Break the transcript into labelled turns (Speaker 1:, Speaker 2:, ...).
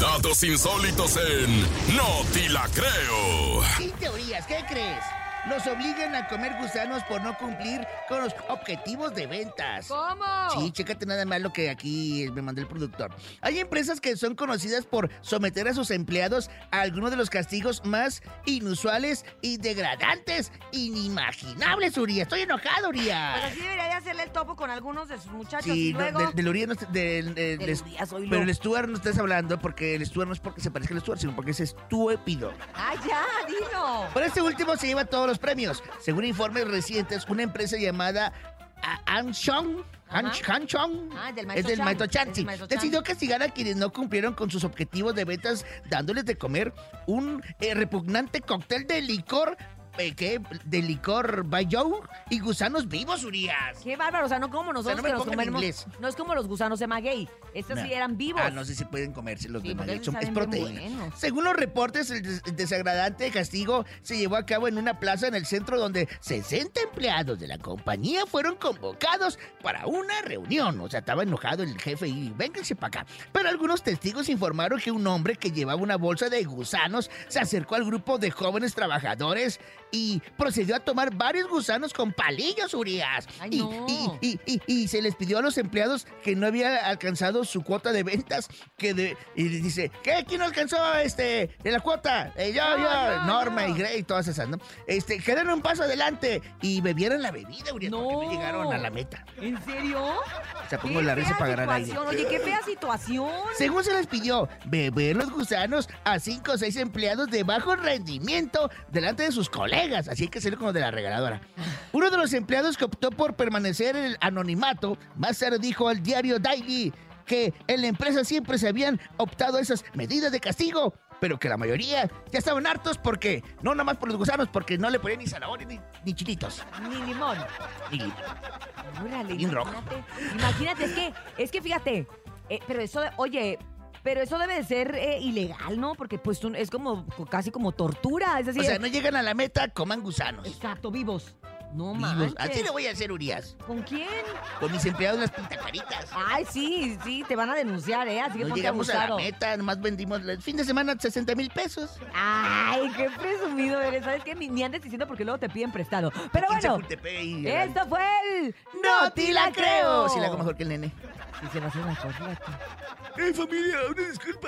Speaker 1: Datos insólitos en No Te La Creo.
Speaker 2: Sin teorías, ¿qué crees? Los obligan a comer gusanos por no cumplir con los objetivos de ventas.
Speaker 3: ¿Cómo?
Speaker 2: Sí, chécate nada más lo que aquí me mandó el productor. Hay empresas que son conocidas por someter a sus empleados a algunos de los castigos más inusuales y degradantes, inimaginables, Urias. Estoy enojado, Urias.
Speaker 3: Pero sí debería de hacerle el topo con algunos de sus muchachos
Speaker 2: Sí,
Speaker 3: y
Speaker 2: no,
Speaker 3: luego...
Speaker 2: del, del Urias no est- del- del-
Speaker 3: Del
Speaker 2: des-
Speaker 3: Urias, oílo.
Speaker 2: pero el Stuart no estás hablando porque el Stuart no es porque se parezca al Stuart, sino porque es estúpido.
Speaker 3: ¡Ah, ya! ¡Dilo!
Speaker 2: Por este último se lleva todos los premios. Según informes recientes, una empresa llamada ah, A- Anshong
Speaker 3: Ajá.
Speaker 2: Ansh- Anshong,
Speaker 3: Ah, del
Speaker 2: es del
Speaker 3: Maito
Speaker 2: Maito
Speaker 3: Chan,
Speaker 2: Chansi,
Speaker 3: del Maito Chan.
Speaker 2: decidió castigar a quienes no cumplieron con sus objetivos de ventas dándoles de comer un eh, repugnante cóctel de licor, eh, ¿qué? De licor Bayou y gusanos vivos, Urias.
Speaker 3: ¡Qué bárbaro! O sea, no como
Speaker 2: sea,
Speaker 3: nosotros
Speaker 2: no me
Speaker 3: que nos
Speaker 2: pongan
Speaker 3: comemos...
Speaker 2: inglés.
Speaker 3: No es como los gusanos de maguey. Estos
Speaker 2: No.
Speaker 3: sí eran vivos.
Speaker 2: Ah, no sé si pueden comerse los
Speaker 3: Sí,
Speaker 2: demás.
Speaker 3: porque
Speaker 2: de
Speaker 3: esos
Speaker 2: hecho, es
Speaker 3: saben bien
Speaker 2: proteína.
Speaker 3: buenos.
Speaker 2: Según los reportes, el, des- el desagradante castigo se llevó a cabo en una plaza en el centro donde 60 empleados de la compañía fueron convocados para una reunión. O sea, estaba enojado el jefe y vénganse para acá. Pero algunos testigos informaron que un hombre que llevaba una bolsa de gusanos se acercó al grupo de jóvenes trabajadores y procedió a tomar varios gusanos con palillos, Urias.
Speaker 3: Ay,
Speaker 2: Y-
Speaker 3: no.
Speaker 2: y- y, y- y se les pidió a los empleados que no había alcanzado su cuota de ventas, que de, y dice, ¿qué? ¿Quién no alcanzó este, de la cuota? Eh, yo,
Speaker 3: No,
Speaker 2: yo,
Speaker 3: no,
Speaker 2: Norma
Speaker 3: no.
Speaker 2: y Grey y todas esas, ¿no? Este, que den un paso adelante y bebieron la bebida, Urias, porque no
Speaker 3: No.
Speaker 2: llegaron a la meta.
Speaker 3: ¿En serio?
Speaker 2: O sea, pongo
Speaker 3: Qué
Speaker 2: la risa
Speaker 3: fea
Speaker 2: para ganar aire.
Speaker 3: situación. Oye, qué fea situación.
Speaker 2: Según se les pidió, beber los gusanos a cinco o seis empleados de bajo rendimiento delante de sus colegas. Así hay que ser como de la regaladora. Uno de los empleados que optó por permanecer en el anonimato, más tarde dijo al diario Daily que en la empresa siempre se habían optado a esas medidas de castigo, pero que la mayoría ya estaban hartos porque, no nada más por los gusanos, porque no le ponían ni zanahoria ni, ni chilitos.
Speaker 3: Ni limón.
Speaker 2: ni-
Speaker 3: Órale,
Speaker 2: Bien rojo.
Speaker 3: imagínate. Imagínate, es que, es que fíjate, eh, pero eso, de- oye, pero eso debe de ser eh, ilegal, ¿no? Porque pues tú- es como casi como tortura, es decir,
Speaker 2: o sea, no llegan a la meta, coman gusanos.
Speaker 3: exacto, vivos. No
Speaker 2: Vivos. Ah,
Speaker 3: manches.
Speaker 2: Así le voy a hacer, Urias.
Speaker 3: ¿Con quién?
Speaker 2: Con mis empleados las pintacaritas.
Speaker 3: Ay, sí, sí, te van a denunciar, ¿eh? Así que
Speaker 2: No
Speaker 3: ponte
Speaker 2: llegamos a la
Speaker 3: abusado.
Speaker 2: meta, nomás vendimos el fin de semana 60 mil pesos.
Speaker 3: Ay, qué presumido eres. ¿Sabes qué? Ni, ni andes diciendo porque luego te piden prestado. Pero
Speaker 2: Aquí en
Speaker 3: bueno,
Speaker 2: Chapultepec y-
Speaker 3: esto fue el...
Speaker 2: ¡No te la creo! Si la hago mejor que el nene.
Speaker 3: Y se lo hace mejor, fíjate.
Speaker 2: Eh, familia, una disculpa.